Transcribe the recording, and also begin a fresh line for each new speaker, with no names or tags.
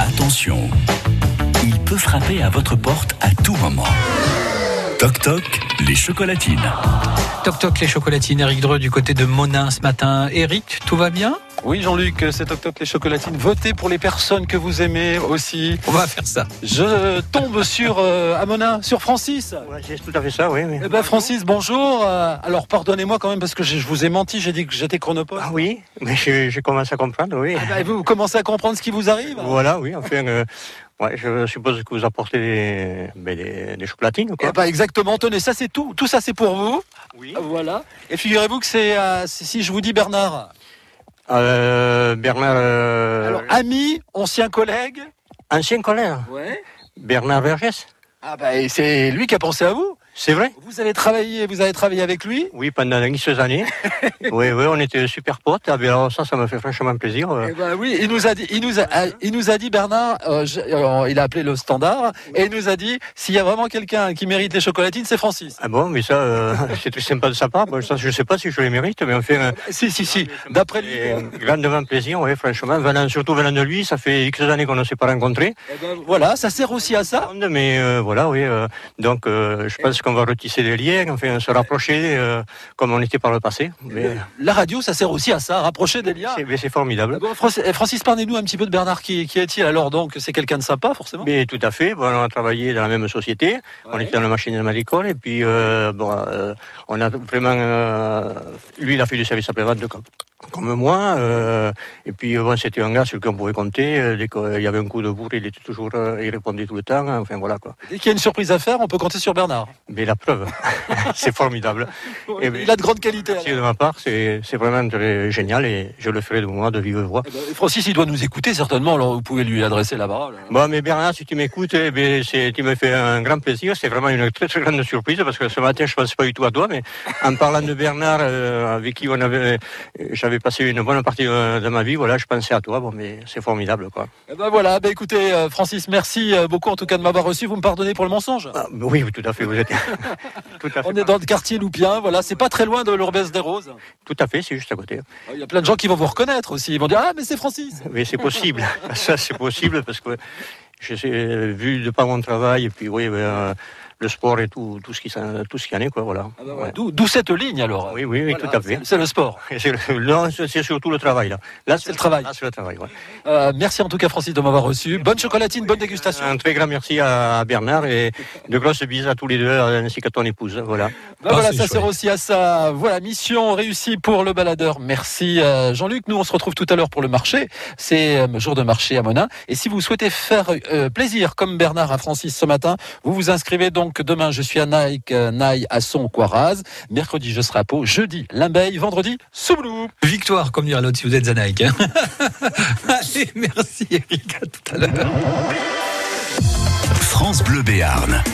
Attention, il peut frapper à votre porte à tout moment. Toc toc, les chocolatines.
Toc toc les chocolatines, Eric Dreux du côté de Monin ce matin. Eric, tout va bien
Oui, Jean-Luc, c'est Toc Toc les chocolatines. Votez pour les personnes que vous aimez aussi.
On va faire ça.
Je tombe sur euh, Amona, sur Francis.
Ouais, c'est tout à fait ça, oui. oui.
Eh ben, Francis, bonjour. Euh, Alors pardonnez-moi quand même parce que je je vous ai menti, j'ai dit que j'étais chronopost.
Ah oui, mais j'ai j'ai commencé à comprendre, oui.
Ah ben, vous commencez à comprendre ce qui vous arrive
Voilà, oui, enfin, euh, ouais, je suppose que vous apportez des, ben, des, des chocolatines, quoi.
Eh ben, exactement, tenez, ça c'est tout. Tout ça c'est pour vous. Euh,
oui.
Voilà. Et figurez-vous que c'est euh, si- si je vous dis Bernard.
Euh, Bernard... euh,
Alors, ah- ami, ancien collègue.
ancien collègue,
Ouais.
Bernard Vergès,
Ah bah et c'est lui qui a pensé à vous.
c'est vrai
Vous avez travaillé, vous avez travaillé avec lui.
Oui, pendant X années. oui, oui, on était super potes. Ah, ben, alors ça, ça me fait franchement plaisir. euh.
Eh ben oui, il nous a dit, il nous a, ah, il nous a dit Bernard, euh, je- alors, il a appelé le standard et il nous a dit s'il y a vraiment quelqu'un qui mérite les chocolatines, c'est Francis.
Ah bon, mais ça, euh, c'est très sympa de sa part. Bon, ça, je sais pas si je les mérite, mais enfin... euh,
Si si si. D'après lui.
Et, euh, grandement plaisir, oui, franchement. Venant- surtout venant de lui, ça fait X années qu'on ne s'est pas rencontrés.
Eh ben, voilà, ça sert aussi à ça.
Mais euh, voilà, oui. euh, donc, euh, je pense qu'on va retisser des liens, enfin, se rapprocher euh, comme on était par le passé. Mais
La radio, ça sert aussi à ça, à rapprocher des liens.
c'est- mais c'est
Ah
formidable.
bon, Francis, eh, Francis, parlez-nous un petit peu de Bernard. Qui, qui est-il alors donc C'est quelqu'un de sympa, forcément.
Mais tout à fait. Bon, on a travaillé dans la même société. On
Ouais.
était dans la machine à l'école. Et puis, euh, bon, euh, on a vraiment. euh, lui, il a fait du service après-vente comme, comme moi. euh, et puis, euh, bon, c'était un gars sur qui on pouvait compter. Euh, Dès qu'il y avait un coup de bourre, il était toujours. euh, il répondait tout le temps. Enfin, voilà quoi.
Dès qu'il y a une surprise à faire, on peut compter sur Bernard.
Mais la preuve, c'est formidable. Eh ben,
il a de grandes qualités.
Merci
alors.
de ma part, c'est c'est vraiment très génial et je le ferai de moi de vive voix.
Eh ben, Francis, il doit nous écouter certainement. Alors vous pouvez lui adresser la parole.
Bon, mais Bernard, si tu m'écoutes, eh ben, c'est- tu me fais un grand plaisir. C'est vraiment une très très grande surprise parce que ce matin, je ne pensais pas du tout à toi, mais en parlant de Bernard, euh, avec qui on avait, euh, j'avais passé une bonne partie euh, de ma vie, voilà, je pensais à toi. Bon, mais c'est formidable, quoi.
Eh ben voilà, ben écoutez, euh, Francis, merci euh, beaucoup en tout cas de m'avoir reçu. Vous me pardonnez pour le mensonge.
Ah, oui, oui, tout à fait. Vous êtes tout à fait.
On est dans le quartier Loupien, voilà, c'est pas très loin de l'Orbès des Roses.
Tout à fait, c'est juste à côté.
Il y a plein de gens qui vont vous reconnaître aussi. Ils vont dire Ah, mais c'est Francis
Mais c'est possible. Ça, c'est possible parce que je sais, vu de par mon travail et puis oui, ben, euh, le sport et tout, tout ce qui s'en- tout ce qu'il y en est, quoi, voilà.
Ah ben voilà. D'où d'où cette ligne alors
bah Oui, oui, oui,
Voilà,
tout à fait.
c'est- C'est le sport.
Et Ah, c'est le- Non, c'est c'est surtout le travail là. Là,
C'est le travail.
Là, c'est le travail. ouais.
Euh, merci en tout cas, Francis, de m'avoir reçu. Bonne chocolatine, bonne dégustation.
Un très grand merci à Bernard et de grosses bises à tous les deux ainsi qu'à ton épouse. Voilà.
Ben
Ah,
voilà,
c'est
ça sert
chouette.
aussi à ça. Voilà, mission réussie pour le baladeur. Merci euh, Jean-Luc. Nous, on se retrouve tout à l'heure pour le marché. C'est euh, jour de marché à Monin. Et si vous souhaitez faire euh, plaisir, comme Bernard à Francis ce matin, vous vous inscrivez donc demain. Je suis à Nike, euh, Naï, à Son, Coiraz. Mercredi, je serai à Pau. Jeudi, Limbeil. Vendredi, Soubloub.
Victoire, comme dirait l'autre si vous êtes Zanaïque. hein. Allez, merci Eric, à tout à l'heure.
France Bleu Béarn.